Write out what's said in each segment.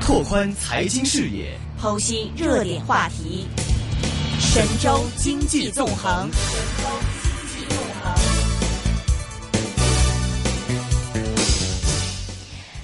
拓宽财经视野，剖析热点话题，神州经济纵横。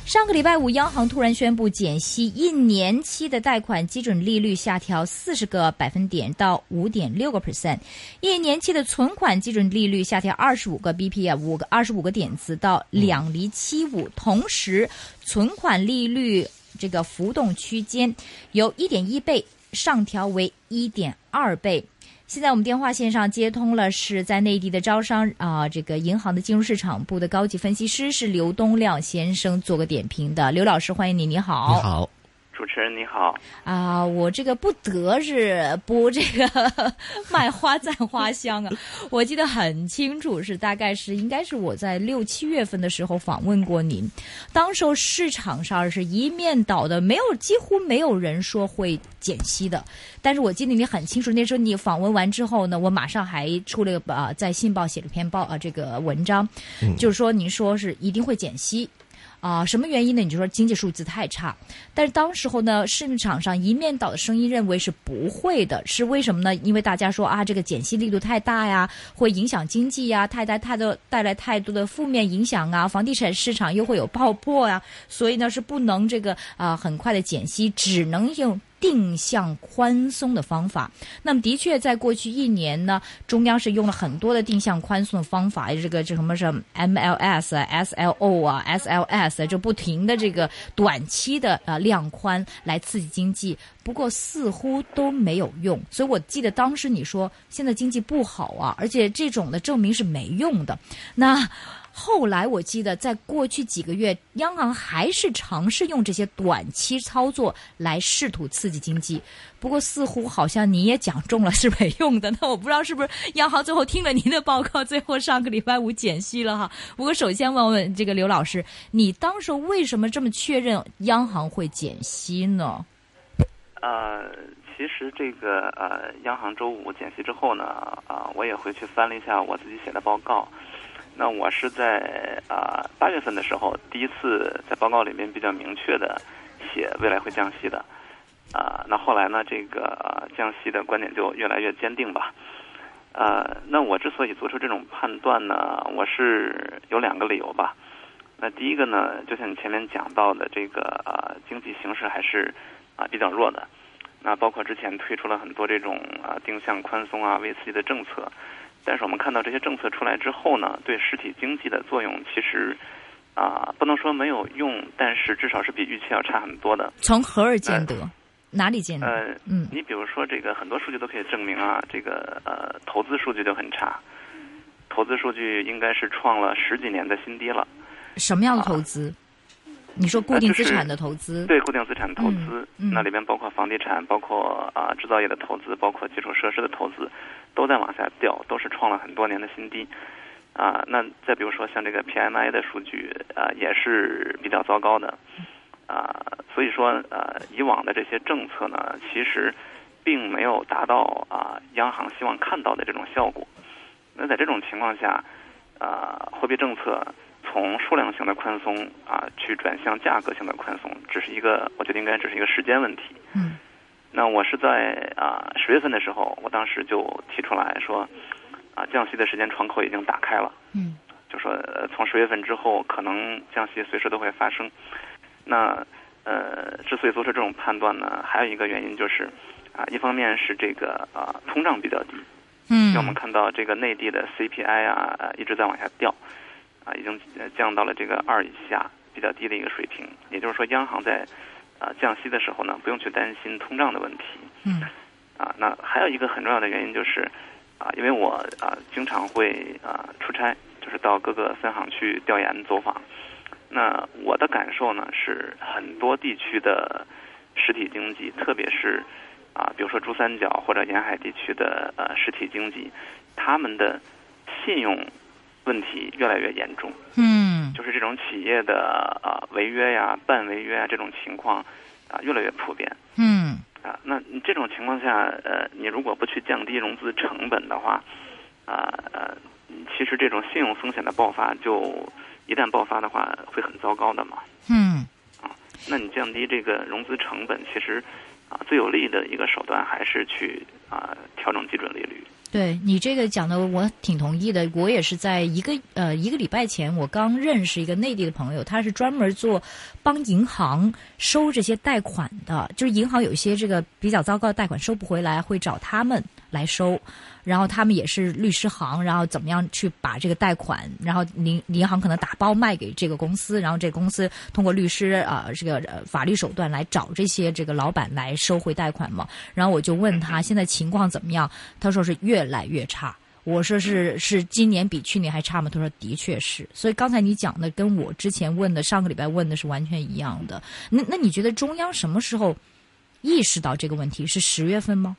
上个礼拜五，央行突然宣布减息，一年期的贷款基准利率下调四十个百分点到五点六个 percent，一年期的存款基准利率下调二十五个 BP 啊，五个二十五个点子到两厘七五，同时存款利率这个浮动区间由一点一倍上调为一点二倍。现在我们电话线上接通了，是在内地的招商啊、这个银行的金融市场部的高级分析师是刘东亮先生做个点评的。刘老师，欢迎你，你好。你好，主持人你好，啊，我这个不得是不这个 卖花赞花香啊！我记得很清楚，是大概是应该是我在六七月份的时候访问过您，当时候市场上是一面倒的，没有几乎没有人说会减息的。但是我记得你很清楚，那时候你访问完之后呢，我马上还出了个啊、在信报写了篇报啊、这个文章，就是说您说是一定会减息。啊，什么原因呢？你就说经济数字太差，但是当时候呢，市场上一面倒的声音认为是不会的，是为什么呢？因为大家说啊，这个减息力度太大呀，会影响经济呀，太带太多带来太多的负面影响啊，房地产市场又会有爆破啊，所以呢是不能这个啊、很快的减息，只能用。定向宽松的方法，那么的确，在过去一年呢，中央是用了很多的定向宽松的方法，这个这什么什么 MLS 啊、SLO 啊、SLS 啊，就不停的这个短期的呃量宽来刺激经济，不过似乎都没有用。所以我记得当时你说，现在经济不好啊，而且这种的证明是没用的。那后来我记得，在过去几个月，央行还是尝试用这些短期操作来试图刺激经济。不过，似乎好像你也讲中了是没用的。那我不知道是不是央行最后听了您的报告，最后上个礼拜五减息了哈。不过，首先问问这个刘老师，你当时为什么这么确认央行会减息呢？呃，其实这个呃，央行周五减息之后呢，啊、我也回去翻了一下我自己写的报告。那我是在啊八、月份的时候，第一次在报告里面比较明确的写未来会降息的，啊、那后来呢，这个、呃降息的观点就越来越坚定吧。呃，那我之所以做出这种判断呢，我是有两个理由吧。那第一个呢，就像你前面讲到的，这个呃经济形势还是啊、比较弱的。那包括之前推出了很多这种啊、定向宽松啊、微刺激的政策，但是我们看到这些政策出来之后呢，对实体经济的作用其实啊、不能说没有用，但是至少是比预期要差很多的。从何而见得？哪里见得？呃，嗯你比如说这个很多数据都可以证明啊，这个呃投资数据就很差，投资数据应该是创了十几年的新低了。什么样的啊投资？你说固定资产的投资？对固定资产投资，嗯嗯那里边包括房地产，包括啊、制造业的投资，包括基础设施的投资，都在往下掉，都是创了很多年的新低。啊、那再比如说像这个 PMI 的数据啊、也是比较糟糕的。啊、所以说呃，以往的这些政策呢，其实并没有达到啊、央行希望看到的这种效果。那在这种情况下，啊、货币政策从数量性的宽松啊、去转向价格性的宽松，只是一个，我觉得应该只是一个时间问题。嗯那我是在啊十、10月份的时候，我当时就提出来说，啊、降息的时间窗口已经打开了，嗯就说、呃、从十月份之后，可能降息随时都会发生。那呃，之所以做出这种判断呢，还有一个原因就是，啊、一方面是这个啊、通胀比较低，嗯那我们看到这个内地的 CPI 啊，呃一直在往下掉，啊，已经呃降到了这个二以下，比较低的一个水平。也就是说，央行在啊、降息的时候呢，不用去担心通胀的问题嗯啊。那还有一个很重要的原因就是，啊，因为我啊经常会啊出差，就是到各个分行去调研走访。那我的感受呢是，很多地区的实体经济，特别是啊，比如说珠三角或者沿海地区的呃实体经济，他们的信用问题越来越严重，嗯就是这种企业的啊违约呀、半违约啊这种情况啊越来越普遍嗯啊。那你这种情况下，呃，你如果不去降低融资成本的话，啊呃，其实这种信用风险的爆发就一旦爆发的话，会很糟糕的嘛。嗯，那你降低这个融资成本，其实啊最有利的一个手段还是去啊调整基准利率。对你这个讲的，我挺同意的。我也是在一个呃一个礼拜前，我刚认识一个内地的朋友，他是专门做帮银行收这些贷款的，就是银行有一些这个比较糟糕的贷款收不回来，会找他们来收。然后他们也是律师行，然后怎么样去把这个贷款，然后银银行可能打包卖给这个公司，然后这个公司通过律师啊、呃、这个呃法律手段来找这些这个老板来收回贷款嘛。然后我就问他现在情况怎么样，他说是越来越差。我说是是今年比去年还差吗？他说的确是。所以刚才你讲的跟我之前问的上个礼拜问的是完全一样的。那那你觉得中央什么时候意识到这个问题？是十月份吗？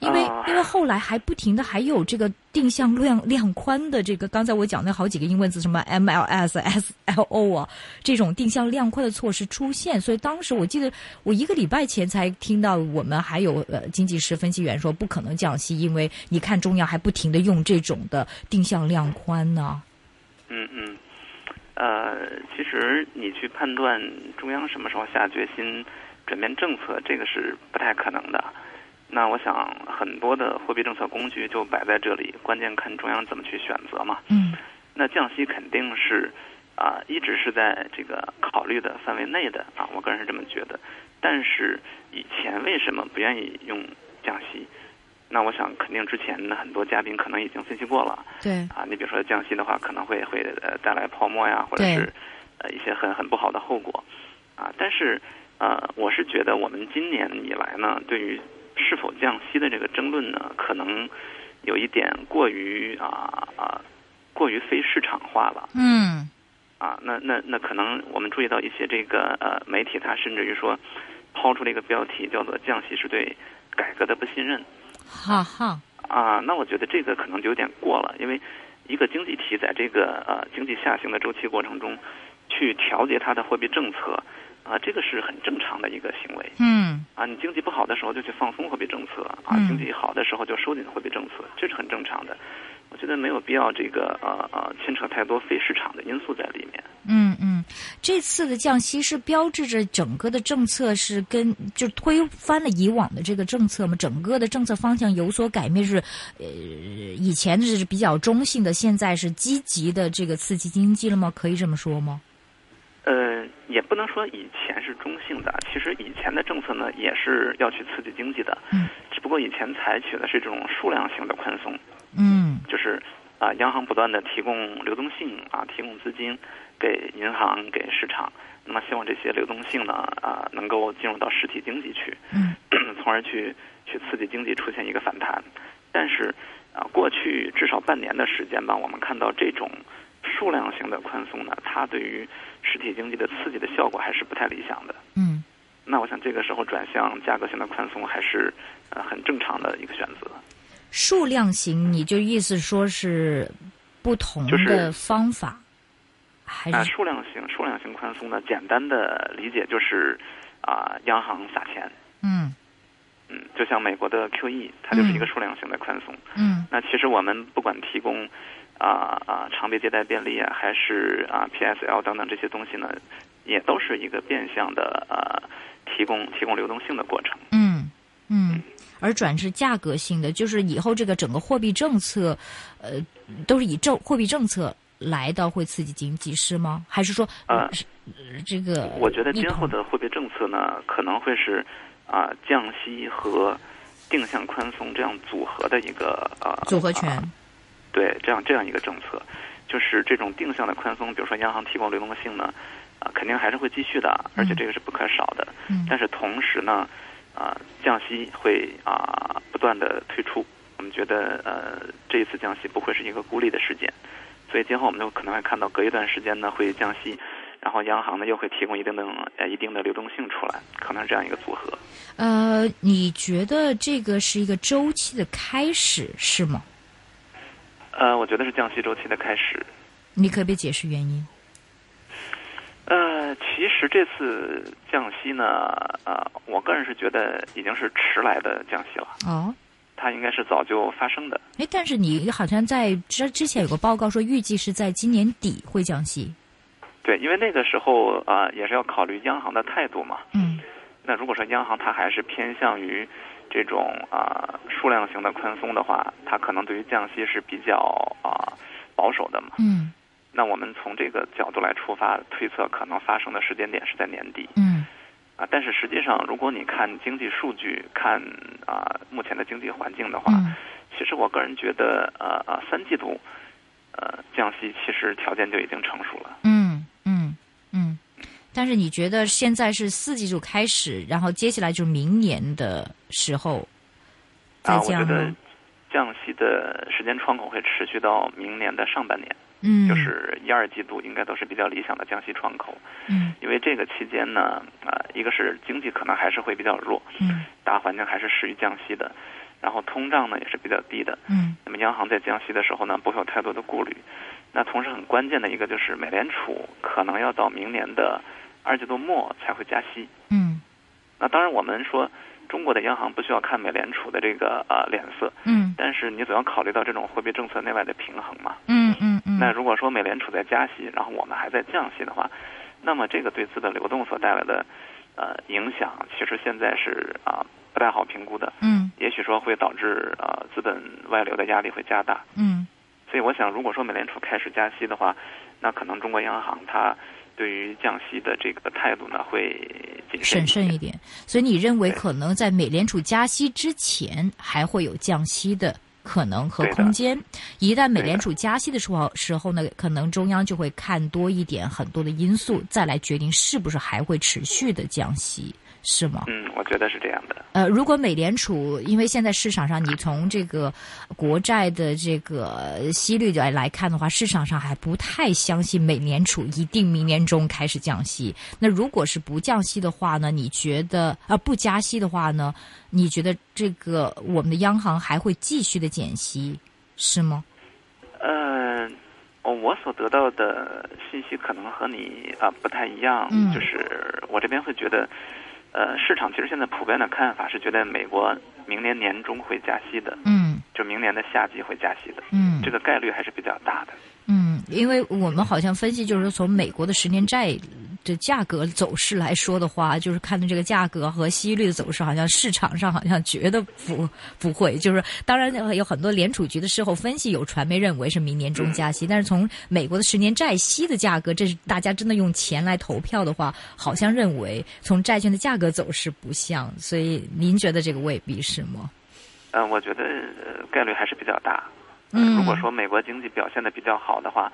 因为因为后来还不停的还有这个定向量量宽的这个，刚才我讲那好几个英文字，什么 MLS、SLO 啊，这种定向量宽的措施出现，所以当时我记得我一个礼拜前才听到我们还有呃经济师分析员说不可能降息，因为你看中央还不停的用这种的定向量宽呢、嗯嗯，呃，其实你去判断中央什么时候下决心转变政策，这个是不太可能的。那我想，很多的货币政策工具就摆在这里，关键看中央怎么去选择嘛。嗯那降息肯定是啊、一直是在这个考虑的范围内的啊，我个人是这么觉得。但是以前为什么不愿意用降息？那我想，肯定之前的很多嘉宾可能已经分析过了。对啊，你比如说降息的话，可能会会呃带来泡沫呀，或者对是呃一些很很不好的后果啊。但是呃，我是觉得我们今年以来呢，对于是否降息的这个争论呢，可能有一点过于啊啊过于非市场化了嗯啊。那那那可能我们注意到一些这个呃媒体，它甚至于说抛出了一个标题叫做“降息是对改革的不信任”。哈哈啊，那我觉得这个可能就有点过了，因为一个经济体在这个呃经济下行的周期过程中，去调节它的货币政策，啊，这个是很正常的一个行为嗯啊。你经济不好的时候就去放松货币政策啊，嗯经济好的时候就收紧货币政策，这是很正常的。我觉得没有必要这个呃呃牵扯太多非市场的因素在里面。嗯嗯，这次的降息是标志着整个的政策是跟就推翻了以往的这个政策吗？整个的政策方向有所改变是，呃，以前是比较中性的，现在是积极的这个刺激经济了吗？可以这么说吗？呃，也不能说以前是中性的，其实以前的政策呢也是要去刺激经济的，嗯只不过以前采取的是这种数量型的宽松，嗯就是啊、央行不断的提供流动性啊，提供资金给银行、给市场，那么希望这些流动性呢啊、能够进入到实体经济去， 嗯从而去去刺激经济出现一个反弹。但是啊、过去至少半年的时间吧，我们看到这种数量型的宽松呢，它对于实体经济的刺激的效果还是不太理想的。嗯。那我想，这个时候转向价格型的宽松还是呃很正常的一个选择。数量型，你就意思说是不同就的是方法，还啊，是数量型数量型宽松呢，简单的理解就是啊、央行撒钱，嗯嗯，就像美国的 QE，它就是一嗯个数量型的宽松。嗯那其实我们不管提供啊啊、常备借贷便利啊，还是啊 PSL 等等这些东西呢，也都是一个变相的呃提供提供流动性的过程。嗯嗯，而转至价格性的，就是以后这个整个货币政策，呃，都是以政货币政策来的，会刺激经济是吗？还是说呃是呃这个我觉得一今后同的货币政策呢，可能会是啊、降息和定向宽松这样组合的一个呃组合拳？ 对，这样这样一个政策，就是这种定向的宽松，比如说央行提供流动性呢，啊、肯定还是会继续的，而且这个是不可少的。嗯但是同时呢，啊、降息会啊、不断的推出。我们觉得呃，这一次降息不会是一个孤立的事件，所以今后我们就可能会看到，隔一段时间呢会降息，然后央行呢又会提供一定的呃一定的流动性出来，可能是这样一个组合。呃，你觉得这个是一个周期的开始是吗？呃，我觉得是降息周期的开始。你可不可以解释原因？呃，其实这次降息呢，呃，我个人是觉得已经是迟来的降息了，哦，它应该是早就发生的。哎，但是你好像在之之前有个报告说，预计是在今年底会降息。对，因为那个时候啊、也是要考虑央行的态度嘛。嗯那如果说央行它还是偏向于这种啊、数量型的宽松的话，它可能对于降息是比较啊、保守的嘛。嗯那我们从这个角度来出发，推测可能发生的时间点是在年底嗯啊。但是实际上，如果你看经济数据，看啊、目前的经济环境的话，嗯其实我个人觉得，呃呃，三季度，呃，降息其实条件就已经成熟了。嗯嗯嗯。但是你觉得现在是四季度开始，然后接下来就是明年的时候再啊，我这觉样得吗？降息的时间窗口会持续到明年的上半年，嗯，就是一二季度应该都是比较理想的降息窗口，嗯因为这个期间呢，啊、一个是经济可能还是会比较弱，嗯大环境还是适于降息的，然后通胀呢也是比较低的，嗯那么央行在降息的时候呢，不会有太多的顾虑。那同时很关键的一个就是美联储可能要到明年的二季度末才会加息。嗯那当然，我们说中国的央行不需要看美联储的这个呃脸色，嗯但是你总要考虑到这种货币政策内外的平衡嘛。嗯嗯嗯。那如果说美联储在加息，然后我们还在降息的话，那么这个对资本流动所带来的呃影响，其实现在是啊、不太好评估的。嗯也许说会导致呃资本外流的压力会加大。嗯所以我想，如果说美联储开始加息的话，那可能中国央行它对于降息的这个态度呢会谨慎审慎一一点。点。所以你认为对可能在美联储加息之前还会有降息的可能和对的空间？一旦美对的联储加息的时候时候呢，可能中央就会看多一点很多的因素，再来决定是不是还会持续的降息，是吗？嗯，我觉得是这样的。呃，如果美联储，因为现在市场上你从这个国债的这个息率来来看的话，市场上还不太相信美联储一定明年中开始降息。那如果是不降息的话呢？你觉得啊、呃不加息的话呢？你觉得这个我们的央行还会继续的减息，是吗？呃，哦我所得到的信息可能和你啊、不太一样，嗯就是我这边会觉得，呃，市场其实现在普遍的看法是觉得美国明年年中会加息的，嗯就明年的夏季会加息的，嗯这个概率还是比较大的。嗯，因为我们好像分析，就是说从美国的十年债的价格走势来说的话，就是看的这个价格和息率的走势，好像市场上好像觉得不不会。就是当然有很多联储局的事后分析，有传媒认为是明年中加息，但是从美国的十年债息的价格，这是大家真的用钱来投票的话，好像认为从债券的价格走势不像。所以您觉得这个未必是吗？嗯、我觉得、呃、概率还是比较大。呃嗯如果说美国经济表现的比较好的话，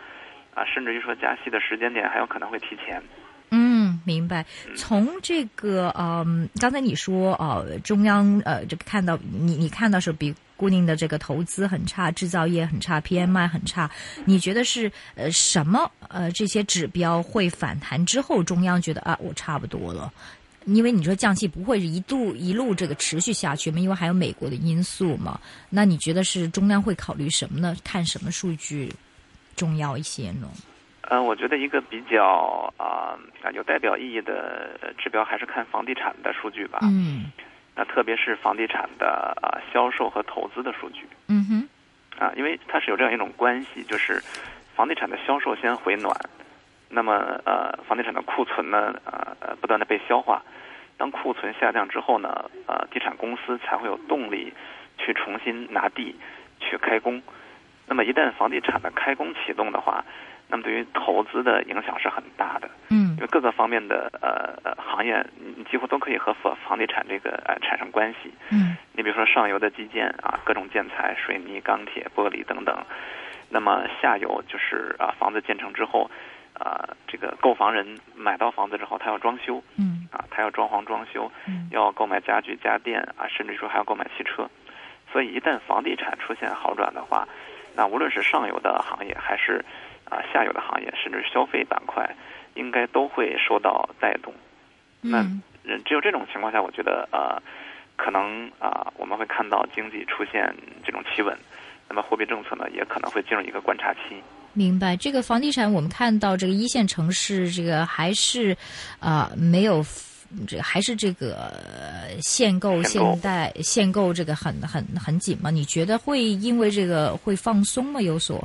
啊，甚至于说加息的时间点还有可能会提前。嗯，明白。从这个嗯，刚才你说呃，中央呃，这个看到你你看到是比固定的这个投资很差，制造业很差，PMI 很差，你觉得是呃什么呃这些指标会反弹之后，中央觉得啊我差不多了？因为你说降息不会是一度一路这个持续下去嘛，因为还有美国的因素嘛。那你觉得是中央会考虑什么呢？看什么数据重要一些呢？呃，我觉得一个比较啊啊有代表意义的呃指标还是看房地产的数据吧。嗯那特别是房地产的啊销售和投资的数据嗯哼啊，因为它是有这样一种关系，就是房地产的销售先回暖，那么呃房地产的库存呢呃呃不断的被消化，当库存下降之后呢，呃地产公司才会有动力去重新拿地去开工。那么一旦房地产的开工启动的话，那么对于投资的影响是很大的。嗯就各个方面的呃呃行业，你你几乎都可以和房房地产这个呃产生关系。嗯你比如说上游的基建啊，各种建材、水泥、钢铁、玻璃等等。那么下游就是啊，房子建成之后，啊，这个购房人买到房子之后，他要装修嗯啊，他要装潢装修，嗯要购买家具家电啊，甚至说还要购买汽车。所以一旦房地产出现好转的话，那无论是上游的行业，还是啊下游的行业，甚至消费板块，应该都会受到带动。那嗯嗯，只有这种情况下，我觉得呃，可能啊、我们会看到经济出现这种企稳，那么货币政策呢，也可能会进入一个观察期。明白，这个房地产我们看到这个一线城市，这个还是啊、呃没有。这个还是这个呃限购、限限购贷、限购这个很很很紧嘛？你觉得会因为这个会放松吗？有所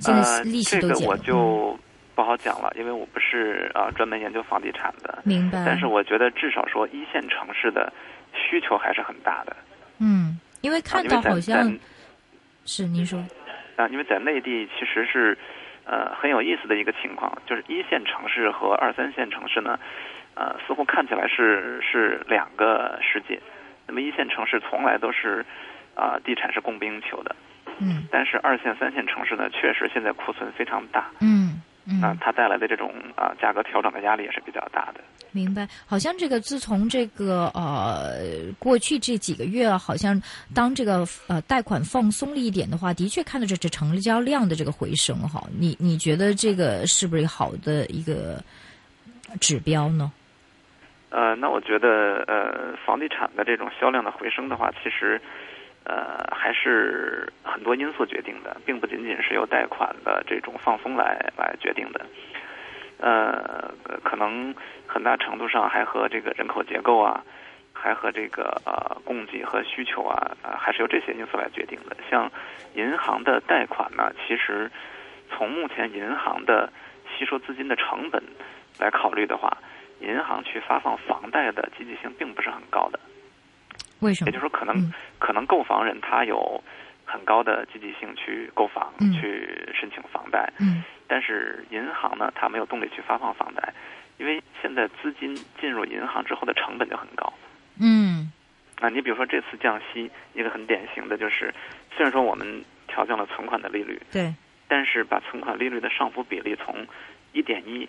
现在呃，利息这都个减了，嗯我就不好讲了，因为我不是啊、呃专门研究房地产的，明白。但是我觉得至少说一线城市的需求还是很大的。嗯，因为啊看因到为好咱像、咱是您说，啊，因为在内地其实是，呃，很有意思的一个情况，就是一线城市和二三线城市呢，呃，似乎看起来是是两个世界。那么一线城市从来都是，啊、地产是供不应求的，嗯但是二线、三线城市呢，确实现在库存非常大，嗯那嗯，它带来的这种啊、价格调整的压力也是比较大的。明白。好像这个自从这个呃过去这几个月，啊好像当这个呃贷款放松了一点的话，的确看到这这成交量的这个回升哈。你你觉得这个是不是一个好的一个指标呢？呃，那我觉得呃，房地产的这种销量的回升的话，其实呃还是很多因素决定的，并不仅仅是由贷款的这种放松来来决定的。呃，可能很大程度上还和这个人口结构啊，还和这个呃供给和需求啊、呃，还是由这些因素来决定的。像银行的贷款呢，其实从目前银行的吸收资金的成本来考虑的话，银行去发放房贷的积极性并不是很高的，为什么也就是？说，可能嗯可能购房人他有很高的积极性去购房嗯，去申请房贷，嗯但是银行呢，他没有动力去发放房贷，因为现在资金进入银行之后的成本就很高。嗯啊，你比如说这次降息，一个很典型的就是，虽然说我们调降了存款的利率，对，但是把存款利率的上浮比例从一点一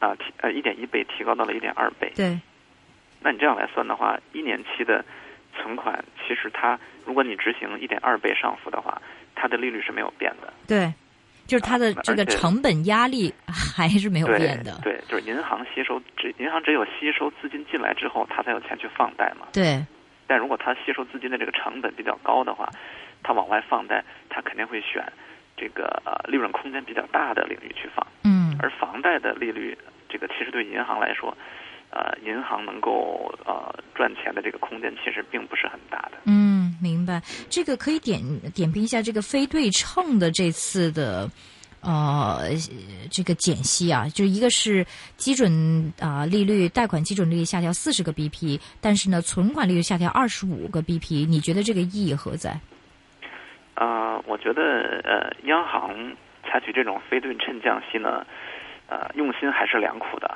啊提呃一点一倍提高到了一点二倍，对，那你这样来算的话，一年期的存款其实它，如果你执行一点二倍上浮的话，它的利率是没有变的。对，就是它的这个啊而且成本压力还是没有对变的。对，就是银行吸收，只银行只有吸收资金进来之后，它才有钱去放贷嘛。对，但如果它吸收资金的这个成本比较高的话，它往外放贷，它肯定会选这个呃利润空间比较大的领域去放。嗯而房贷的利率，这个其实对银行来说，呃，银行能够呃赚钱的这个空间其实并不是很大的。嗯，明白。这个可以点点评一下这个非对称的这次的。呃，这个减息啊，就一个是基准啊、利率，贷款基准利率下调四十个 BP，但是呢，存款利率下调二十五个 BP，你觉得这个意义何在？啊，我觉得呃，央行采取这种非对称降息呢，呃，用心还是良苦的，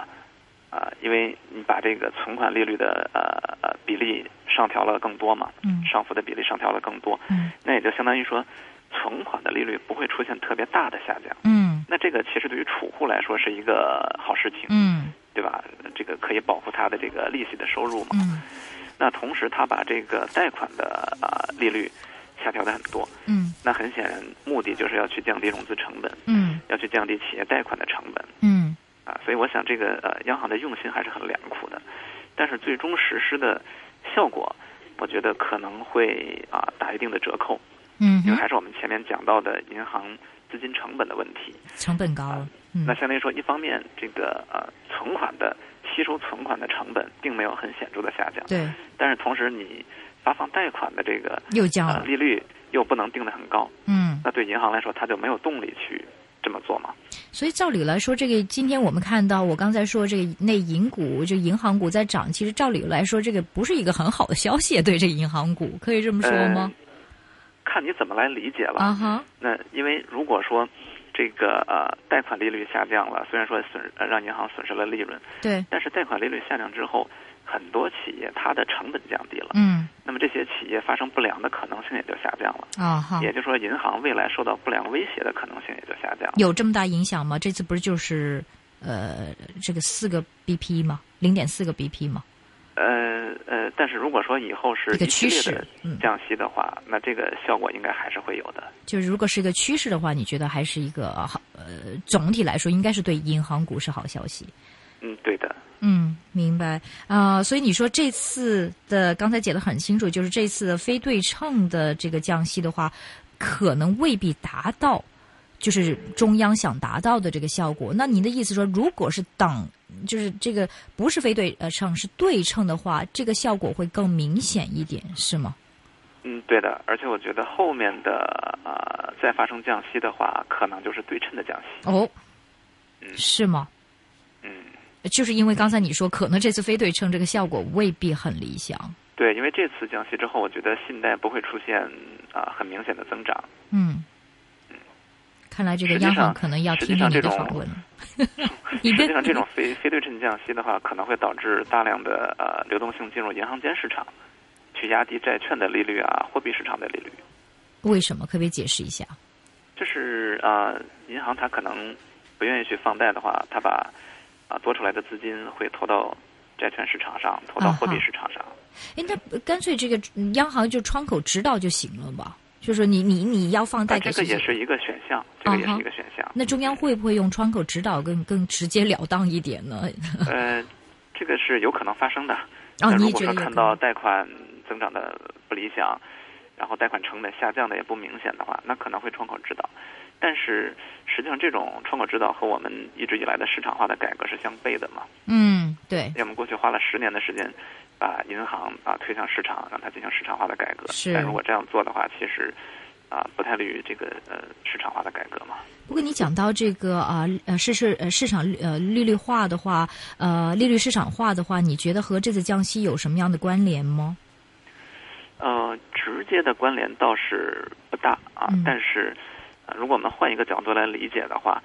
啊、因为你把这个存款利率的呃呃比例上调了更多嘛，嗯上浮的比例上调了更多，嗯那也就相当于说，存款的利率不会出现特别大的下降。嗯那这个其实对于储户来说是一个好事情，嗯对吧？这个可以保护他的这个利息的收入嘛。嗯那同时，他把这个贷款的啊、呃利率下调的很多，嗯那很显然，目的就是要去降低融资成本，嗯要去降低企业贷款的成本嗯啊。所以我想，这个呃，央行的用心还是很良苦的，但是最终实施的效果，我觉得可能会啊打一定的折扣，嗯因哼，为还是我们前面讲到的银行资金成本的问题。成本高了。嗯那相当于说，一方面这个呃存款的吸收存款的成本并没有很显著的下降，对，但是同时你发放贷款的这个又降呃了。利率又不能定得很高。嗯。那对银行来说，它就没有动力去这么做嘛。所以照理来说，这个今天我们看到，我刚才说这个内银股、这银行股在涨，其实照理来说，这个不是一个很好的消息，对这银行股可以这么说吗？嗯看你怎么来理解了。啊哈，那因为如果说这个呃贷款利率下降了，虽然说损呃让银行损失了利润，对，但是贷款利率下降之后，很多企业它的成本降低了，嗯，那么这些企业发生不良的可能性也就下降了。啊哈，也就是说，银行未来受到不良威胁的可能性也就下降了。有这么大影响吗？这次不是就是呃这个四个 BP 吗？零点四个 BP 吗？呃呃，但是如果说以后是一个一系趋列势的，嗯，降息的话，那这个效果应该还是会有的。就是如果是一个趋势的话，你觉得还是一个好呃总体来说应该是对银行股是好消息。嗯，对的。嗯，明白啊、所以你说这次的刚才解得很清楚，就是这次的非对称的这个降息的话，可能未必达到，就是中央想达到的这个效果。那您的意思说，如果是等，就是这个不是非对呃称，是对称的话，这个效果会更明显一点，是吗？嗯，对的，而且我觉得后面的呃再发生降息的话，可能就是对称的降息。哦，嗯是吗？嗯，就是因为刚才你说，可能这次非对称这个效果未必很理想。对，因为这次降息之后，我觉得信贷不会出现啊、很明显的增长。嗯，看来这个实际央上行可能要听实际听上你这的种访问了。 你实的际上，这种非非对称降息的话，可能会导致大量的呃流动性进入银行间市场，去压低债券的利率啊，货币市场的利率。为什么？可不可以解释一下？就是啊、呃银行它可能不愿意去放贷的话，它把啊、多出来的资金会投到债券市场上，投到嗯货币市场上。哎，那干脆这个嗯央行就窗口指导就行了吧？就说你你你要放贷但给哎谁这个谁也是一个选项，嗯这个也是一个选项。那中央会不会用窗口指导更更直截了当一点呢？呃，这个是有可能发生的。嗯哦，那你如也果觉说得有看可到能？贷款增长的不理想，然后贷款成本下降的也不明显的话，那可能会窗口指导。但是实际上，这种窗口指导和我们一直以来的市场化的改革是相悖的嘛？嗯，对因，为我们过去花了十年的时间，把银行啊推向市场，让它进行市场化的改革。是但如果这样做的话，其实啊不太利于这个呃市场化的改革嘛。不过你讲到这个啊呃市市呃市场呃利率化的话，呃利率市场化的话，你觉得和这次降息有什么样的关联吗？呃，直接的关联倒是不大啊，嗯但是、呃如果我们换一个角度来理解的话，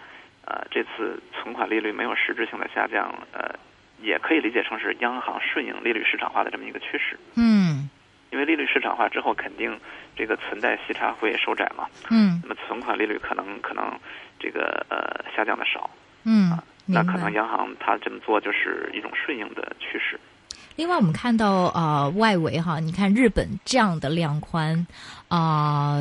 呃，这次存款利率没有实质性的下降，呃，也可以理解成是央行顺应利率市场化的这么一个趋势。嗯因为利率市场化之后，肯定这个存贷息差会收窄嘛，嗯那么存款利率可能可能这个呃下降的少，嗯，啊那明可白能央行它这么做就是一种顺应的趋势。另外，我们看到呃外围哈，你看日本这样的量宽，啊、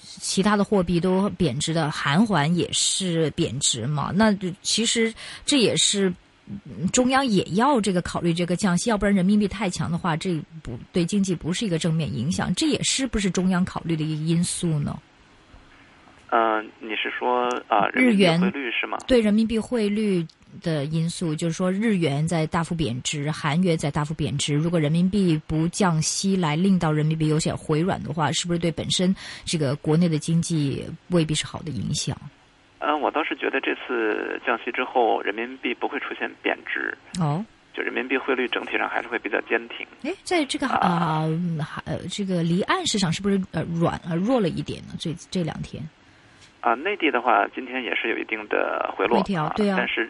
其他的货币都贬值的，韩环也是贬值嘛。那就其实这也是嗯中央也要这个考虑这个降息，要不然人民币太强的话，这不对经济不是一个正面影响。这也是不是中央考虑的一个因素呢？嗯、你是说啊、呃、人日民币元汇率是吗？对人民币汇率的因素，就是说日元在大幅贬值，韩元在大幅贬值。如果人民币不降息来令到人民币有些回软的话，是不是对本身这个国内的经济未必是好的影响？嗯，我倒是觉得这次降息之后，人民币不会出现贬值，哦，就人民币汇率整体上还是会比较坚挺。哎，在这个啊、呃呃，这个离岸市场是不是呃软呃弱了一点呢？这这两天，啊，内地的话，今天也是有一定的回落，回调对啊但是，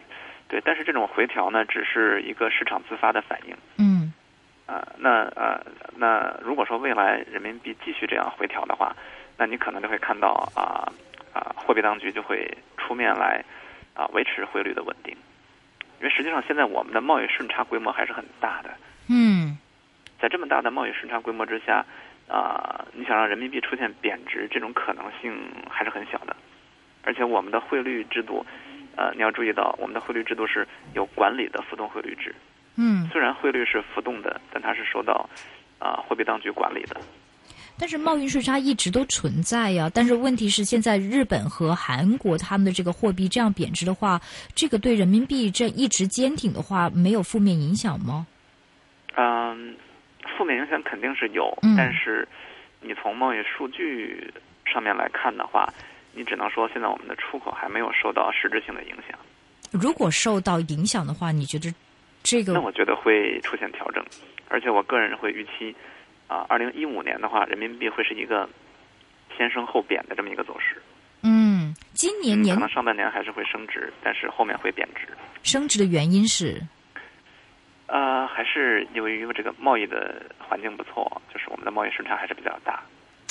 对，但是这种回调呢，只是一个市场自发的反应。嗯啊，那呃，那如果说未来人民币继续这样回调的话，那你可能就会看到啊啊，货币当局就会出面来啊维持汇率的稳定，因为实际上现在我们的贸易顺差规模还是很大的。嗯在这么大的贸易顺差规模之下，啊、你想让人民币出现贬值，这种可能性还是很小的。而且我们的汇率制度，呃，你要注意到，我们的汇率制度是有管理的浮动汇率制。嗯，虽然汇率是浮动的，但它是受到啊、货币当局管理的。但是贸易顺差一直都存在呀、但是问题是，现在日本和韩国他们的这个货币这样贬值的话，这个对人民币这一直坚挺的话，没有负面影响吗？嗯、负面影响肯定是有嗯，但是你从贸易数据上面来看的话，你只能说现在我们的出口还没有受到实质性的影响。如果受到影响的话，你觉得这那个我觉得会出现调整，而且我个人会预期，啊、2二零一五年的话，人民币会是一个先升后贬的这么一个走势。嗯，今年嗯年可能上半年还是会升值，但是后面会贬值。升值的原因是，呃，还是由于这个贸易的环境不错，就是我们的贸易顺差还是比较大。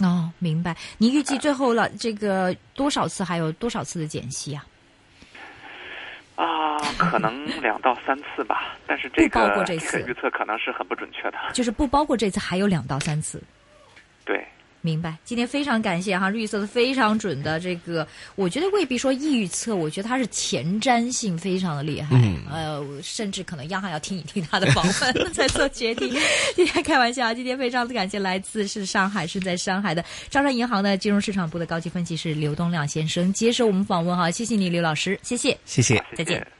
哦，明白。你预呃计最后了这个多少次，还有多少次的减息啊？ 啊，可能两到三次吧，但是这不包个括这次个预测可能是很不准确的。就是不包括这次，还有两到三次。对，明白，今天非常感谢哈，预测的非常准的这个，我觉得未必说预测，我觉得它是前瞻性非常的厉害，嗯呃，甚至可能央行要听一听他的访问再做决定。今天开玩笑啊，今天非常的感谢来自是上海，是在上海的招商银行的金融市场部的高级分析师刘东亮先生接受我们访问哈，谢谢你刘老师，谢谢。谢谢。谢再谢见